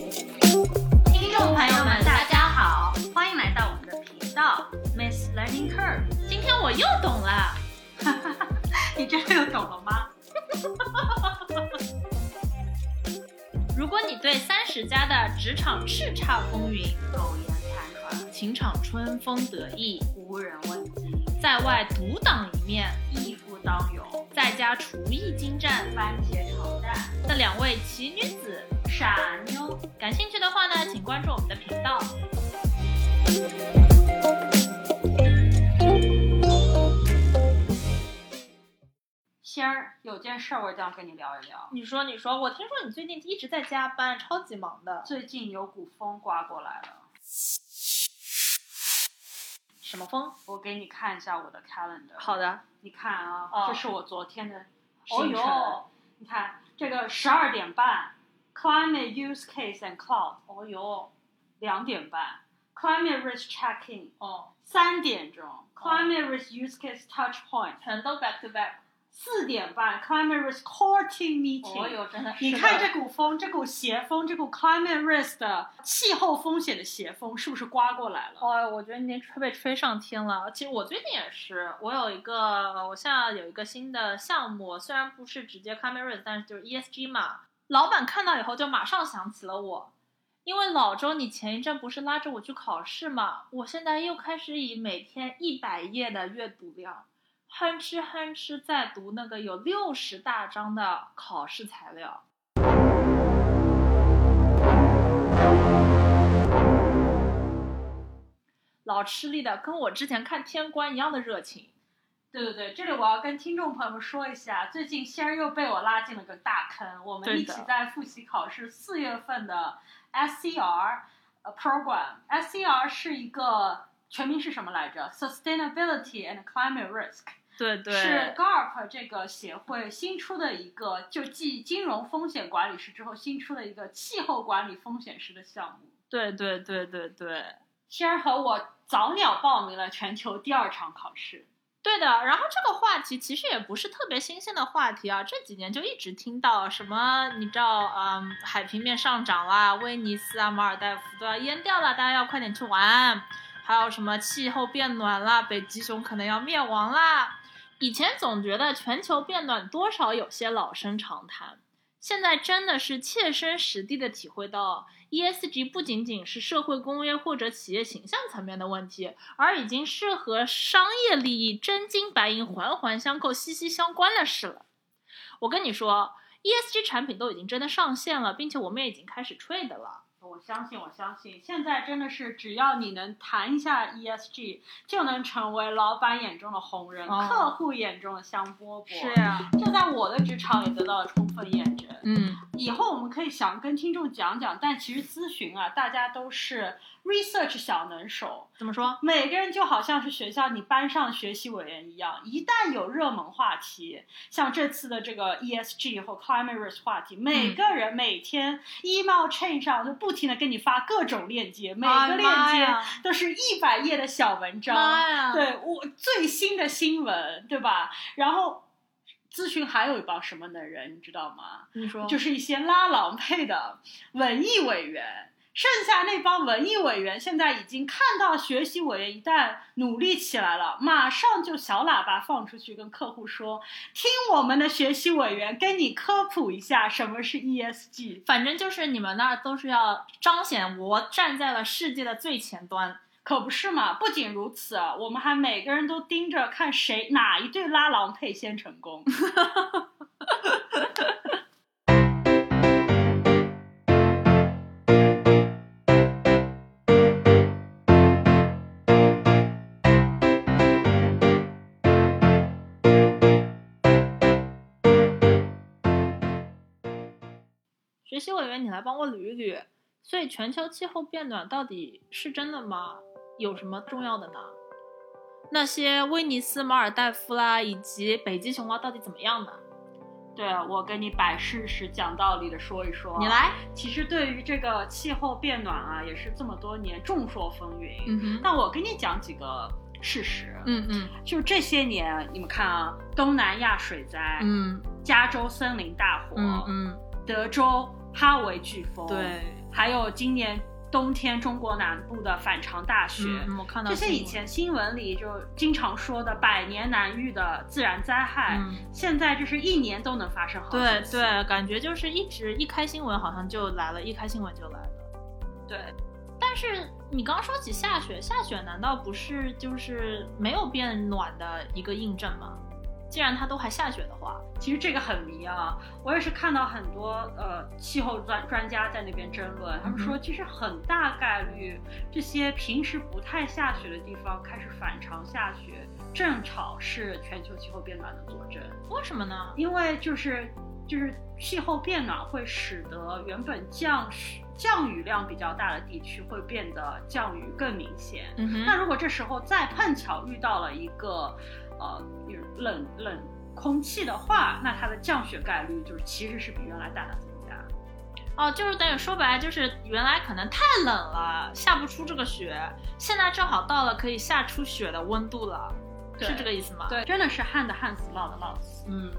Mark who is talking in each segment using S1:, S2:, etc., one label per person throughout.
S1: 听众朋友们，大家好，欢迎来到我们的频道 Miss Learning Curve。今天我又懂了，你真的又懂了吗？如果你对三十加的职场叱咤风云、苟延残喘、情场春风得意、无人问津，在外独当一面、义夫当勇，在家厨艺精湛、番茄炒蛋的两位奇女子傻妞，感兴趣的话呢，请关注我们的频道。
S2: 仙儿，有件事儿我想跟你聊一聊。
S1: 你说，你说，我听说你最近一直在加班，超级忙的。
S2: 最近有股风刮过来了，
S1: 什么风？
S2: 我给你看一下我的 calendar。
S1: 好，的，
S2: 你看啊，
S1: 哦
S2: 这是我昨天的
S1: 哦
S2: 行程。
S1: 哟，
S2: 你看这个十二点半，climate use case and cloud。哦哟，两点半，climate risk check in。
S1: 哦，
S2: 三点钟，climate risk use case touch point。
S1: 全都 back to back。
S2: 四点半，climate risk core team meeting。
S1: 哦哟，真的是的。
S2: 你看这股风，这股邪风，这股 climate risk 的气候风险的邪风，是不是刮过来了？
S1: 哦，我觉得你已经吹被吹上天了。其实我最近也是，我有一个，我现在有一个新的项目，虽然不是直接 c a m e r a s 但是就是 ESG 嘛。老板看到以后就马上想起了我，因为老周你前一阵不是拉着我去考试嘛，我现在又开始以每天一百页的阅读量，哼哧哼哧在读那个有六十大章的考试材料。老吃力的，跟我之前看天官一样的热情。
S2: 对对对，这里我要跟听众朋友们说一下，最近仙儿又被我拉进了个大坑。我们
S1: 对
S2: 一
S1: 的
S2: 起在复习考试四月份的 SCR 呃 program。SCR 是一个全名是什么来着？Sustainability and Climate Risk。
S1: 对对，
S2: 是 GARP 这个协会新出的一个，就继金融风险管理师之后新出的一个气候管理风险师的项目。
S1: 对对对对对，
S2: 仙儿和我早鸟报名了全球第二场考试。
S1: 对的。然后这个话题其实也不是特别新鲜的话题啊，这几年就一直听到什么，你知道，嗯，海平面上涨啦，威尼斯啊、马尔代夫都要淹掉了，大家要快点去玩。还有什么气候变暖啦，北极熊可能要灭亡啦。以前总觉得全球变暖多少有些老生常谈，现在真的是切身实地的体会到，ESG 不仅仅是社会公约或者企业形象层面的问题，而已经是和商业利益真金白银环环相扣、息息相关的事了。我跟你说，ESG 产品都已经真的上线了，并且我们也已经开始 trade 了。
S2: 我相信，我相信，现在真的是只要你能谈一下 ESG，就能成为老板眼中的红人，
S1: 哦
S2: 客户眼中的香饽饽。，
S1: 呀、
S2: 这在我的职场也得到了充分验证。
S1: 嗯，
S2: 以后我们可以想跟听众讲讲，但其实咨询啊，大家都是 research 小能手，
S1: 怎么说？
S2: 每个人就好像是学校你班上的学习委员一样，一旦有热门话题，像这次的这个 E ESG 或 climate risk 话
S1: 嗯
S2: 题，每个人每天 email chain 上就不停的给你发各种链接，每个链
S1: 哎
S2: 接
S1: 呀
S2: 都是一百页的小文章，
S1: 妈呀，
S2: 对我最新的新闻，对吧？然后咨询还有一帮什么的人，你知道吗？
S1: 你说
S2: 就是是一些拉郎配的文艺委员。剩下那帮文艺委员现在已经看到学习委员一旦努力起来了，马上就小喇叭放出去，跟客户说：“听我们的学习委员跟你科普一下什么是 E ESG。
S1: 反正就是你们那儿都是要彰显我站在了世界的最前端。”
S2: 可不是嘛？不仅如此，啊我们还每个人都盯着看谁哪一对拉郎配先成功。
S1: 学习委员，你来帮我捋一捋。所以，全球气候变暖到底是真的吗？有什么重要的呢？那些威尼斯、马尔代夫啦，以及北极熊啊，到底怎么样呢？
S2: 对我跟你摆事实、讲道理的说一说。啊
S1: 你，来，
S2: 其实对于这个气候变暖啊，也是这么多年众说纷纭。
S1: 嗯哼，
S2: 但我跟你讲几个事实，
S1: 嗯嗯
S2: 就这些年，你们看啊，东南亚水灾，
S1: 嗯
S2: 加州森林大火，
S1: 嗯嗯，
S2: 德州哈维飓风，，
S1: 对，
S2: 还有今年冬天中国南部的反常大雪。
S1: 嗯，我看到
S2: 这些
S1: 新
S2: 以
S1: 闻，
S2: 前新闻里就经常说的百年难遇的自然灾害，
S1: 嗯。
S2: 现在就是一年都能发生好几
S1: 对
S2: 次
S1: 对，感觉就是一直一开新闻好像就来了，一开新闻就来了。
S2: 对，
S1: 但是你刚说起下雪，下雪难道不是就是没有变暖的一个印证吗？既然它都还下雪的话，
S2: 其实这个很迷啊，我也是看到很多呃气候专专家在那边争论，他们说其实很大概率这些平时不太下雪的地方开始反常下雪，正好是全球气候变暖的佐证，
S1: 为什么呢？
S2: 因为就是就是气候变暖会使得原本降水降雨量比较大的地区会变得降雨更明显，
S1: 嗯哼
S2: 那如果这时候再碰巧遇到了一个呃冷冷空气的话，那它的降雪概率就是其实是比原来大大增加。
S1: 哦，就是等于说白，了，就是原来可能太冷了，下不出这个雪，现在正好到了可以下出雪的温度了，是
S2: 对
S1: 这个意思吗？，
S2: 对，真的是旱的旱死，涝的涝死。
S1: 嗯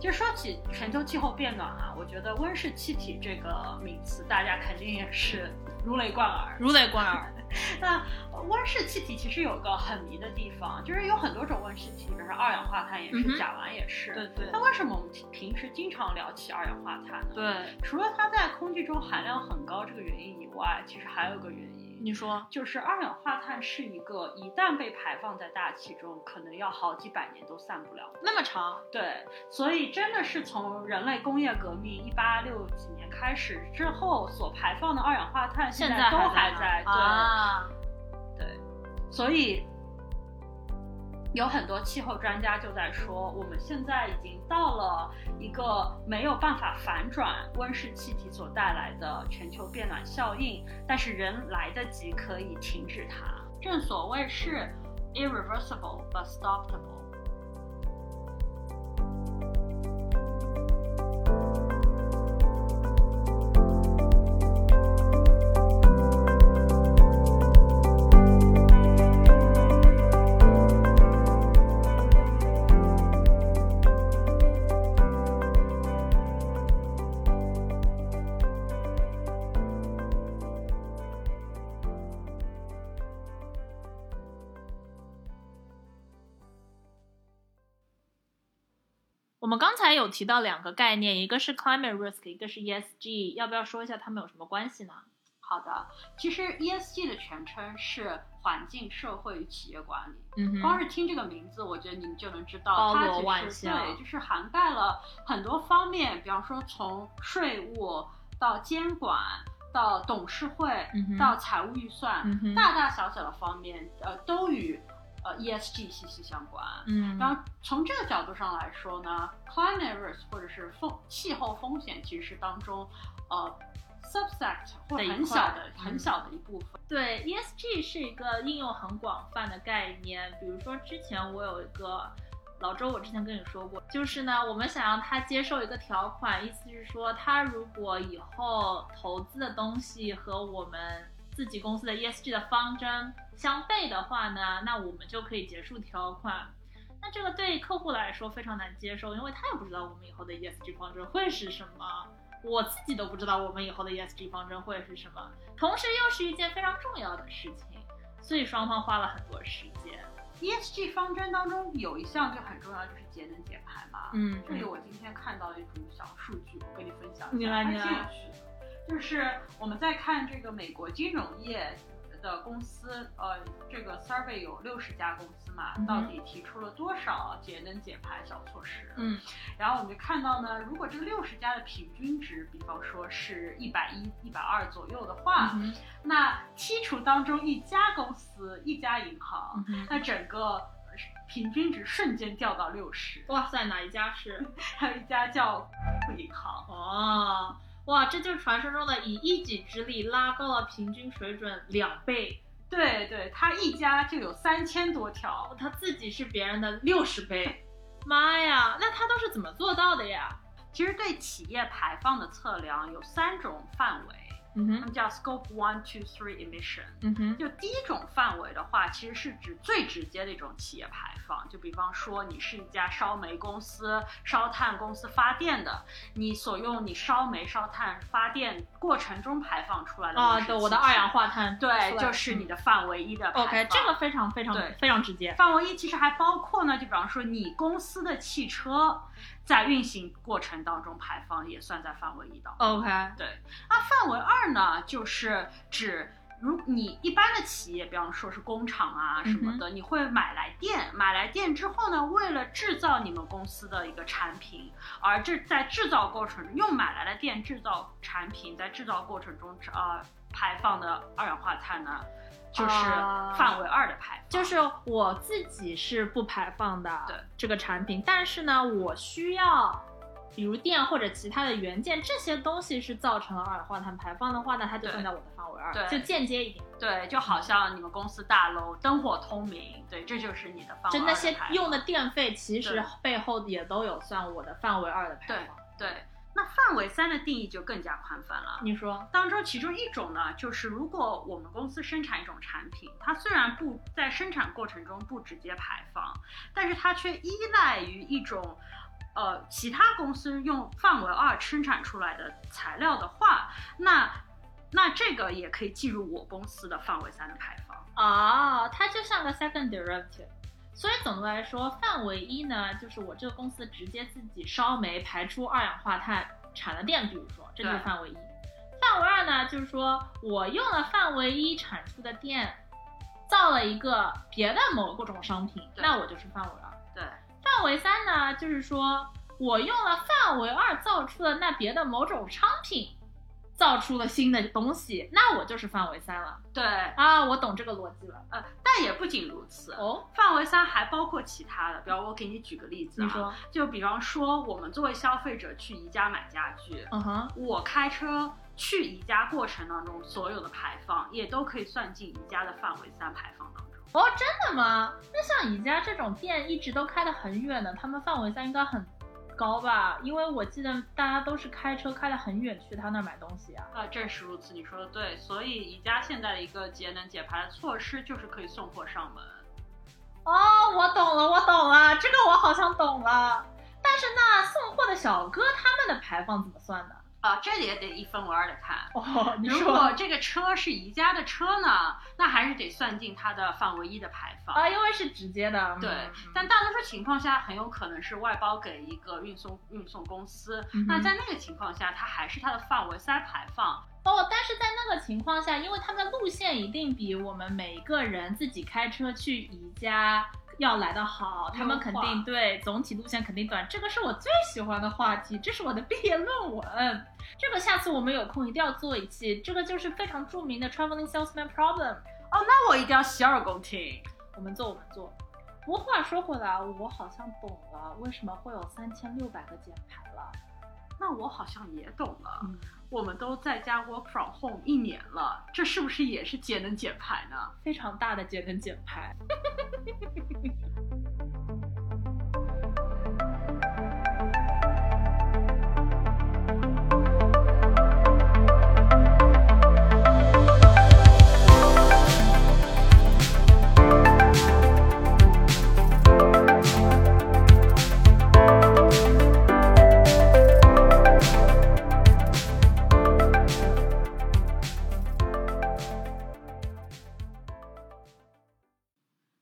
S2: 其实说起全球气候变暖啊，我觉得温室气体这个名词大家肯定也是如雷贯耳。
S1: 如雷贯耳。
S2: 那温室气体其实有个很迷的地方，就是有很多种温室气体，比如说二氧化碳也
S1: 嗯
S2: 是，
S1: 哼
S2: 甲烷也是。
S1: 对
S2: 那为什么我们平时经常聊起二氧化碳呢？
S1: 对，
S2: 除了它在空气中含量很高这个原因以外，其实还有个原因，
S1: 你说，
S2: 就是二氧化碳是一个一旦被排放在大气中，可能要好几百年都散不了。
S1: 那么长，
S2: 对，所以真的是从人类工业革命一八六几年开始之后所排放的二氧化碳，
S1: 现
S2: 在都
S1: 还
S2: 在。
S1: 呢啊，
S2: 对，所以。有很多气候专家就在说，我们现在已经到了一个没有办法反转温室气体所带来的全球变暖效应，但是人来得及可以停止它。正所谓是 irreversible but stoppable。
S1: 我们刚才有提到两个概念，一个是 climate risk，一个是 ESG，要不要说一下它们有什么关系呢？
S2: 好的，其实 ESG 的全称是环境、社会与企业管理。
S1: 嗯
S2: 光是听这个名字，我觉得你们就能知道，
S1: 包
S2: 它
S1: 罗
S2: 其实
S1: 万象
S2: 对，就是涵盖了很多方面，比方说从税务到监管到董事会、
S1: 嗯哼
S2: 到财务预算，
S1: 嗯哼
S2: 大大小小的方面，呃，都与呃 ESG 息息相关。
S1: 嗯，
S2: 然后从这个角度上来说呢，climate risk 或者是风气候风险其实是当中，呃，subsect 或者
S1: 的一
S2: 很小
S1: 块
S2: 的
S1: 嗯
S2: 很小的一部分。
S1: 对，ESG 是一个应用很广泛的概念。比如说，之前我有一个老周，我之前跟你说过，就是呢，我们想让他接受一个条款，意思是说，他如果以后投资的东西和我们自己公司的 ESG 的方针相悖的话呢，那我们就可以结束条款。那这个对客户来说非常难接受，因为他也不知道我们以后的 ESG 方针会是什么。我自己都不知道我们以后的 ESG 方针会是什么，同时又是一件非常重要的事情，所以双方花了很多时间。
S2: ESG ，E 方针当中有一项就很重要，就是节能减排嘛。
S1: 嗯
S2: 这里我今天看到一组小数据，我跟你分享一下，
S1: 你来
S2: 还
S1: 你
S2: 挺
S1: 来
S2: 有趣的。就是我们在看这个美国金融业的公司，呃，这个 survey 有六十家公司嘛
S1: 嗯哼，
S2: 到底提出了多少节能减排小措施？
S1: 嗯
S2: 然后我们就看到呢，如果这六十家的平均值，比方说是一百一、一百二左右的话，
S1: 嗯
S2: 那剔除当中一家公司、一家银行，
S1: 嗯哼，
S2: 那整个呃平均值瞬间掉到六十。
S1: 哇塞，哪一家是？
S2: 还有一家叫银行，
S1: 哦，哇，这就是传说中的以一己之力拉高了平均水准两倍，
S2: 对对，它一家就有三千多
S1: 哦
S2: 条。
S1: 他自己是别人的六十倍。妈呀，那他都是怎么做到的呀？
S2: 其实对企业排放的测量有三种范围，
S1: 嗯
S2: 它
S1: 哼，
S2: 们叫 Scope One、Two、Three emission。
S1: 嗯哼，
S2: 就第一种范围的话，其实是指最直接的一种企业排放，就比方说你是一家烧煤公司、烧炭公司发电的，你所用你烧煤、烧炭发电过程中排放出来的
S1: 啊，
S2: 温室
S1: 对，
S2: 气
S1: 我的
S2: 体
S1: 二氧化碳出来
S2: 对，
S1: 了，
S2: 就是你
S1: 嗯
S2: 的范围一的排放。
S1: OK，这个非常非常
S2: 对
S1: 非常直接，
S2: 范围一其实还包括呢，就比方说你公司的汽车
S1: 嗯
S2: 在运行过程当中排放也算在范围一当中。
S1: OK，
S2: 对，那范围二呢，就是指如你一般的企业，比方说是工厂啊
S1: 嗯
S2: 什么的，你会买来电，买来电之后呢，为了制造你们公司的一个产品，而这在制造过程用买来的电制造产品，在制造过程中呃排放的二氧化碳呢，就是
S1: 啊
S2: 范围二的排放，
S1: 就是我自己是不排放的
S2: 对
S1: 这个产品，但是呢，我需要。比如电或者其他的元件，这些东西是造成了二氧化碳排放的话，那它就
S2: 对
S1: 算在我的范围二，
S2: 对
S1: 就间接一点。
S2: 对，就好像你们公司大楼灯火通明，对，这就是你的范围
S1: 就
S2: 二
S1: 那
S2: 的
S1: 些
S2: 排放
S1: 用的电费，其实
S2: 对
S1: 背后也都有算我的范围二的排放。
S2: 对。那范围三的定义就更加宽泛了，
S1: 你说，
S2: 当中其中一种呢，就是如果我们公司生产一种产品，它虽然不在生产过程中不直接排放，但是它却依赖于一种。呃，其他公司用范围二生产出来的材料的话，那那这个也可以计入我公司的范围三的排放。
S1: 哦，它就像个 second derivative。所以总的来说，范围一呢，就是我这个公司直接自己烧煤排出二氧化碳产了电，比如说，这就是
S2: 对
S1: 范围一。范围二呢，就是说我用了范围一产出的电，造了一个别的某个种商品，
S2: 对
S1: 那我就是范围二。
S2: 对
S1: 范围三呢，就是说我用了范围二造出的那别的某种商品，造出了新的东西，那我就是范围三了
S2: 对，
S1: 啊！我懂这个逻辑了。
S2: 呃，但也不仅如此，
S1: 哦，
S2: 范围三还包括其他的，比方我给你举个例子
S1: 你
S2: 啊，
S1: 说，
S2: 就比方说我们作为消费者去宜家买家具，
S1: 嗯哼，
S2: 我开车去宜家过程当中所有的排放也都可以算进宜家的范围三排放当中。
S1: 哦，真的吗？那像宜家这种店一直都开得很远的，他们范围三应该很高吧？因为我记得大家都是开车开得很远去他那儿买东西啊。
S2: 啊，正是如此，你说的对。所以宜家现在的一个节能减排的措施就是可以送货上门。
S1: 哦，我懂了，我懂了，这个我好像懂了。但是那送货的小哥他们的排放怎么算呢？
S2: 啊，这里也得一分为二的看。
S1: 哦，你
S2: 如
S1: 说
S2: 果这个车是宜家的车呢，那还是得算进它的范围一的排放。
S1: 啊，因为是直接的，
S2: 对
S1: 嗯，
S2: 但大多数情况下很有可能是外包给一个运送运送公司。
S1: 嗯哼
S2: 那在那个情况下，它还是它的范围三排放。
S1: 哦，但是在那个情况下，因为他们的路线一定比我们每一个人自己开车去宜家要来的好，他们肯
S2: 优
S1: 定
S2: 化
S1: 对总体路线肯定短，这个是我最喜欢的话题，这是我的毕业论文，这个下次我们有空一定要做一期，这个就是非常著名的 traveling salesman problem，
S2: 哦，那我一定要洗耳恭听。
S1: 我们做我们做。不过话说回来，啊我好像懂了为什么会有三千六百个减排了。
S2: 那我好像也懂了，
S1: 嗯，
S2: 我们都在家 work from home 一年了，这是不是也是节能减排呢？
S1: 非常大的节能减排。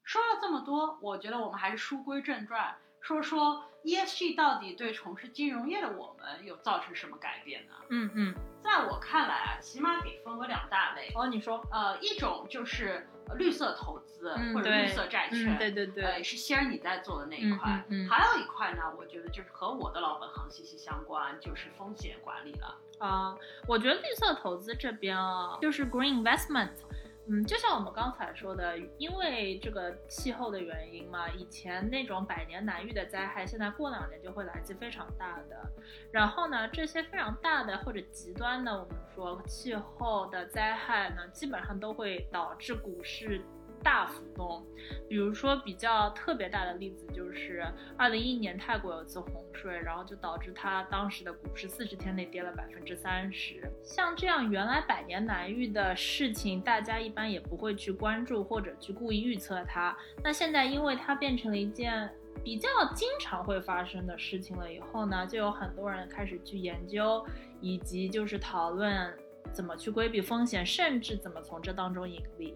S2: 说了这么多，我觉得我们还是书归正传，说说 ESG 到底对从事金融业的我们有造成什么改变呢？
S1: 嗯嗯，
S2: 在我看来啊，起码得分为两大类。
S1: 哦，你说，
S2: 呃，一种就是绿色投资、
S1: 嗯
S2: 或者
S1: 对
S2: 绿色债券，
S1: 嗯，对对对，
S2: 呃，也是仙儿你在做的那一
S1: 嗯
S2: 块。
S1: 嗯嗯
S2: 还有一块呢，我觉得就是和我的老本行息息相关，就是风险管理了。
S1: 啊、我觉得绿色投资这边啊，就是 green investment。嗯，就像我们刚才说的，因为这个气候的原因嘛，以前那种百年难遇的灾害，现在过两年就会来自非常大的。然后呢，这些非常大的或者极端的，我们说气候的灾害呢，基本上都会导致股市大浮动。比如说比较特别大的例子就是二零一一年泰国有一次洪水，然后就导致它当时的股市四十天内跌了百分之三十。像这样原来百年难遇的事情，大家一般也不会去关注或者去故意预测它。那现在因为它变成了一件比较经常会发生的事情了以后呢，就有很多人开始去研究，以及就是讨论怎么去规避风险，甚至怎么从这当中盈利。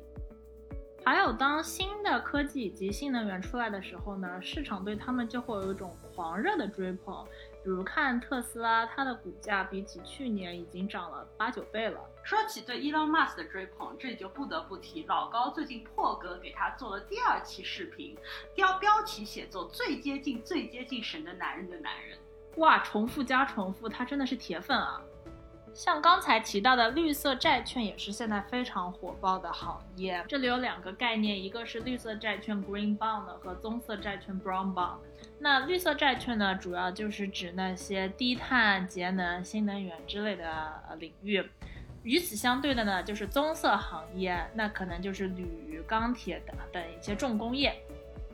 S1: 还有，当新的科技以及新能源出来的时候呢，市场对他们就会有一种狂热的追捧。比如看特斯拉，它的股价比起去年已经涨了八九倍了。
S2: 说起对 Elon Musk 的追捧，这里就不得不提老高最近破格给他做了第二期视频，标标题写作“最接近最接近神的男人的男人
S1: 哇，重复加重复，他真的是铁粉啊！像刚才提到的绿色债券也是现在非常火爆的行业。这里有两个概念，一个是绿色债券 （green bond） 和棕色债券 （brown bond）。那绿色债券呢，主要就是指那些低碳、节能、新能源之类的呃领域。与此相对的呢，就是棕色行业，那可能就是铝、钢铁等等一些重工业。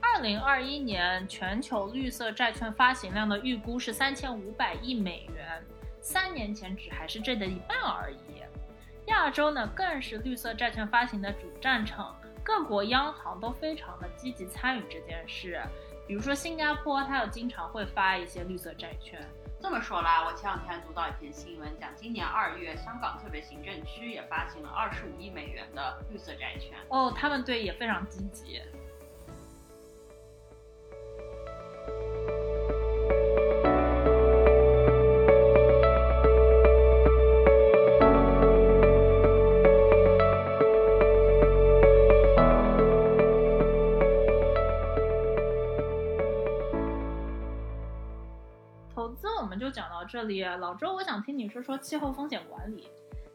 S1: 二零二一年全球绿色债券发行量的预估是三千五百亿美元。三年前只还是这的一半而已。亚洲呢，更是绿色债券发行的主战场，各国央行都非常的积极参与这件事。比如说新加坡，它有经常会发一些绿色债券。”。
S2: 这么说来，我前两天读到一篇新闻，讲今年二月香港特别行政区也发行了二十五亿美元的绿色债券。
S1: 哦，他们对也非常积极。投资我们就讲到这里，老周，我想听你说说气候风险管理。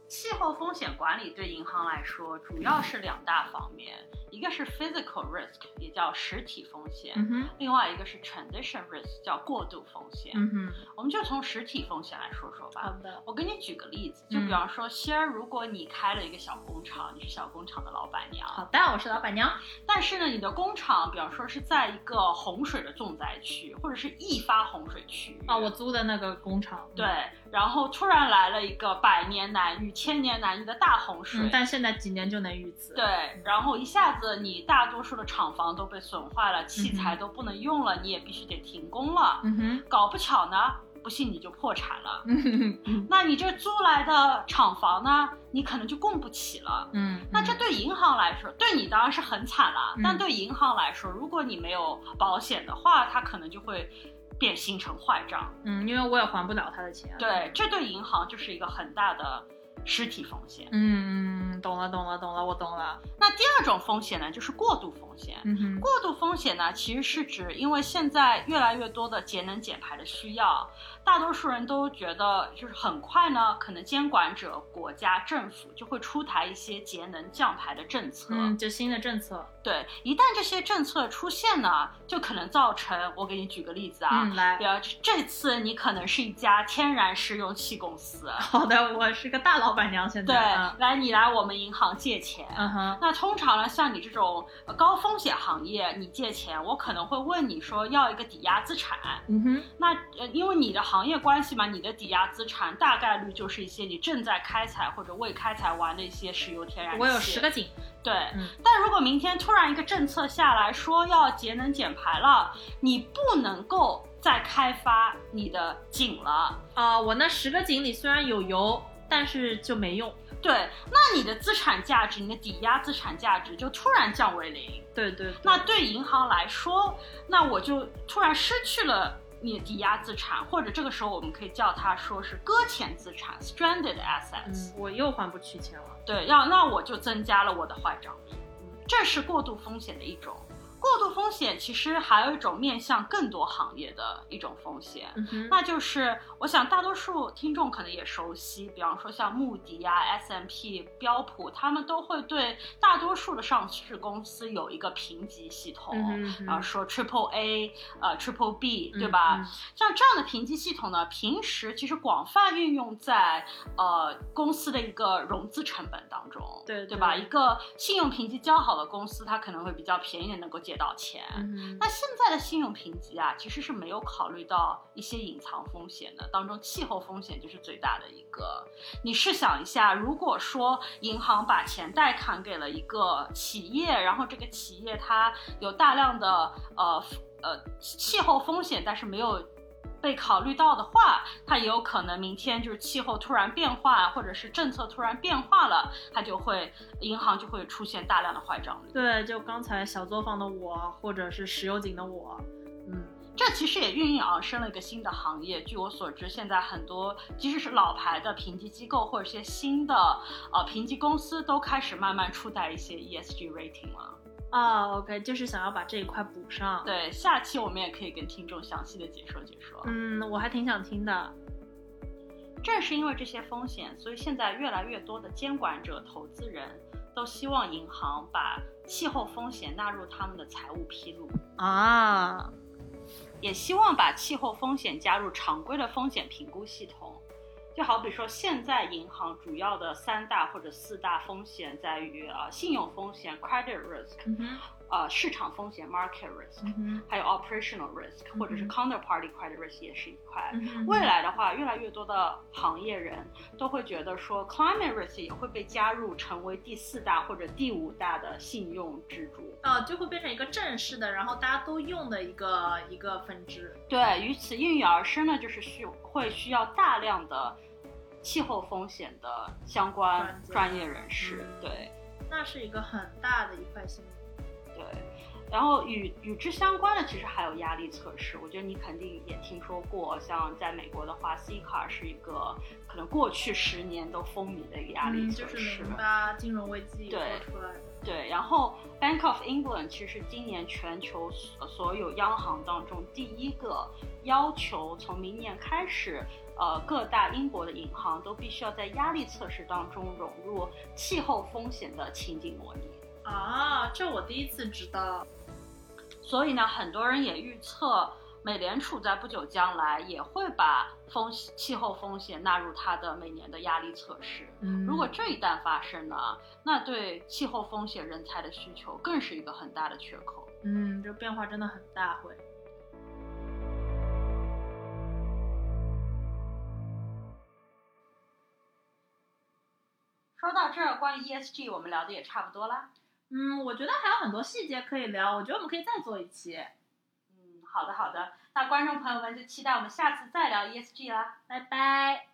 S2: 气候风险管理对银行来说主要是两大方面，一个是 physical risk，也叫实体风险，
S1: 嗯哼，
S2: 另外一个是 transition risk，叫过渡风险。
S1: 嗯哼，
S2: 我们就从实体风险来说说吧。
S1: 好的，嗯
S2: 我给你举个例子，就比方说，仙儿，如果你开了一个小工厂，你是小工厂的老板娘，
S1: 好的，我是老板娘。
S2: 但是呢，你的工厂，比方说是在一个洪水的重灾区，或者是易发洪水区域
S1: 啊，我租的那个工厂。嗯
S2: 对，然后突然来了一个百年难遇、千年难遇的大洪水，
S1: 嗯，但现在几年就能遇刺。
S2: 对，然后一下子你大多数的厂房都被损坏了，器材都不能用了，你也必须得停工了。
S1: 嗯 哼，
S2: 搞不巧呢，不信你就破产了。
S1: 嗯哼嗯
S2: 那你这租来的厂房呢，你可能就供不起了。
S1: 嗯，
S2: 那这对银行来说，对你当然是很惨了，
S1: 嗯
S2: 但对银行来说，如果你没有保险的话，它可能就会变形成坏账。
S1: 嗯，因为我也还不了他的钱。
S2: 对，这对银行就是一个很大的实体风险。
S1: 嗯，懂了，懂了，懂了，我懂了。
S2: 那第二种风险呢，就是过度风险。
S1: 嗯哼，
S2: 过度风险呢，其实是指因为现在越来越多的节能减排的需要，大多数人都觉得就是很快呢，可能监管者、国家、政府就会出台一些节能降排的政策。
S1: 嗯，就新的政策。
S2: 对，一旦这些政策出现呢，就可能造成，我给你举个例子啊，
S1: 嗯，来
S2: 比。方这这次你可能是一家天然石油气公司，
S1: 好的，我是个大老板娘，现
S2: 对，
S1: 在。嗯
S2: 来你来我们银行借钱，
S1: 嗯哼，
S2: 那通常呢，像你这种呃高风险行业，你借钱，我可能会问你说要一个抵押资产。
S1: 嗯哼，
S2: 那呃，因为你的行业关系嘛，你的抵押资产大概率就是一些你正在开采或者未开采完的一些石油、天然气。
S1: 我有十个井。
S2: 对，
S1: 嗯
S2: 但如果明天突然一个政策下来说要节能减排了，你不能够再开发你的井了。
S1: 啊、我那十个井里虽然有油，但是就没用。
S2: 对，那你的资产价值，你的抵押资产价值就突然降为零。
S1: 对对对
S2: 那对银行来说，那我就突然失去了你的抵押资产，或者这个时候我们可以叫它说是搁浅资产 （stranded assets）、
S1: 嗯，我又还不起钱了。
S2: 对，要那我就增加了我的坏账，这是过度风险的一种。过度风险其实还有一种面向更多行业的一种风险，
S1: 嗯哼
S2: 那就是我想大多数听众可能也熟悉，比方说像穆迪啊、S M P、标普，他们都会对大多数的上市公司有一个评级系统，
S1: 嗯哼嗯哼
S2: 然后啊说 Triple A、呃 Triple B，对
S1: 嗯
S2: 吧？
S1: 嗯
S2: 像这样的评级系统呢，平时其实广泛运用在呃公司的一个融资成本当中，
S1: 对
S2: 对吧？
S1: 对
S2: 一个信用评级较好的公司，它可能会比较便宜的能够借到钱。
S1: 嗯
S2: 那现在的信用评级啊，其实是没有考虑到一些隐藏风险的，当中气候风险就是最大的一个。你试想一下，如果说银行把钱贷款给了一个企业，然后这个企业它有大量的呃呃气候风险，但是没有。被考虑到的话，它也有可能明天就是气候突然变化，或者是政策突然变化了，它就会银行就会出现大量的坏账率。
S1: 对，就刚才小作坊的我，或者是石油井的我，嗯，
S2: 这其实也孕育而生了一个新的行业。据我所知，现在很多即使是老牌的评级机构或者一些新的呃评级公司，都开始慢慢出台一些 ESG rating 了。
S1: 啊，OK，就是想要把这一块补上。，
S2: 对，下期我们也可以跟听众详细的解说解说。
S1: 嗯，我还挺想听的。
S2: 正是因为这些风险，所以现在越来越多的监管者、投资人都希望银行把气候风险纳入他们的财务披露。
S1: 啊，
S2: 也希望把气候风险加入常规的风险评估系统。就好比说，现在银行主要的三大或者四大风险在于啊、呃信用风险 （credit risk）、
S1: 嗯哼，
S2: 呃市场风险 （market risk），、
S1: 嗯哼，
S2: 还有 operational risk，或者是
S1: 嗯
S2: counterparty credit risk 也是一块。
S1: 嗯哼
S2: 未来的话，越来越多的行业人都会觉得说，climate risk 也会被加入成为第四大或者第五大的信用支柱。
S1: 啊，就会变成一个正式的，然后大家都用的一个一个分支。
S2: 对，与此应运而生呢，就是需会需要大量的气候风险的相关
S1: 专家嗯
S2: 专业人士，对
S1: 那是一个很大的一块新闻。
S2: 对。然后与与之相关的，其实还有压力测试。我觉得你肯定也听说过，像在美国的话，C 卡是一个可能过去十年都风靡的一个压力
S1: 嗯，
S2: 测
S1: 就
S2: 试。
S1: 是零八金融危机以后
S2: 对
S1: 出来的。
S2: 对，然后 Bank of England 其实今年全球所所有央行当中第一个要求，从明年开始，呃，各大英国的银行都必须要在压力测试当中融入气候风险的情景模拟。
S1: 啊，这我第一次知道。
S2: 所以呢，很多人也预测，美联储在不久将来也会把风气候风险纳入它的每年的压力测试。
S1: 嗯
S2: 如果这一旦发生呢，那对气候风险人才的需求更是一个很大的缺口。
S1: 嗯，这变化真的很大会。
S2: 说到这儿，关于 ESG 我们聊的也差不多啦。
S1: 嗯，我觉得还有很多细节可以聊，我觉得我们可以再做一期。
S2: E 嗯，好的好的，那观众朋友们就期待我们下次再聊 ESG 啦，拜拜。